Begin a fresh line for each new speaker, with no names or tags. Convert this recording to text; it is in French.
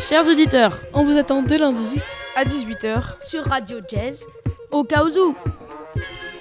Chers auditeurs,
On vous attend dès lundi
à 18h.
Sur Radio Jazz, au cas où.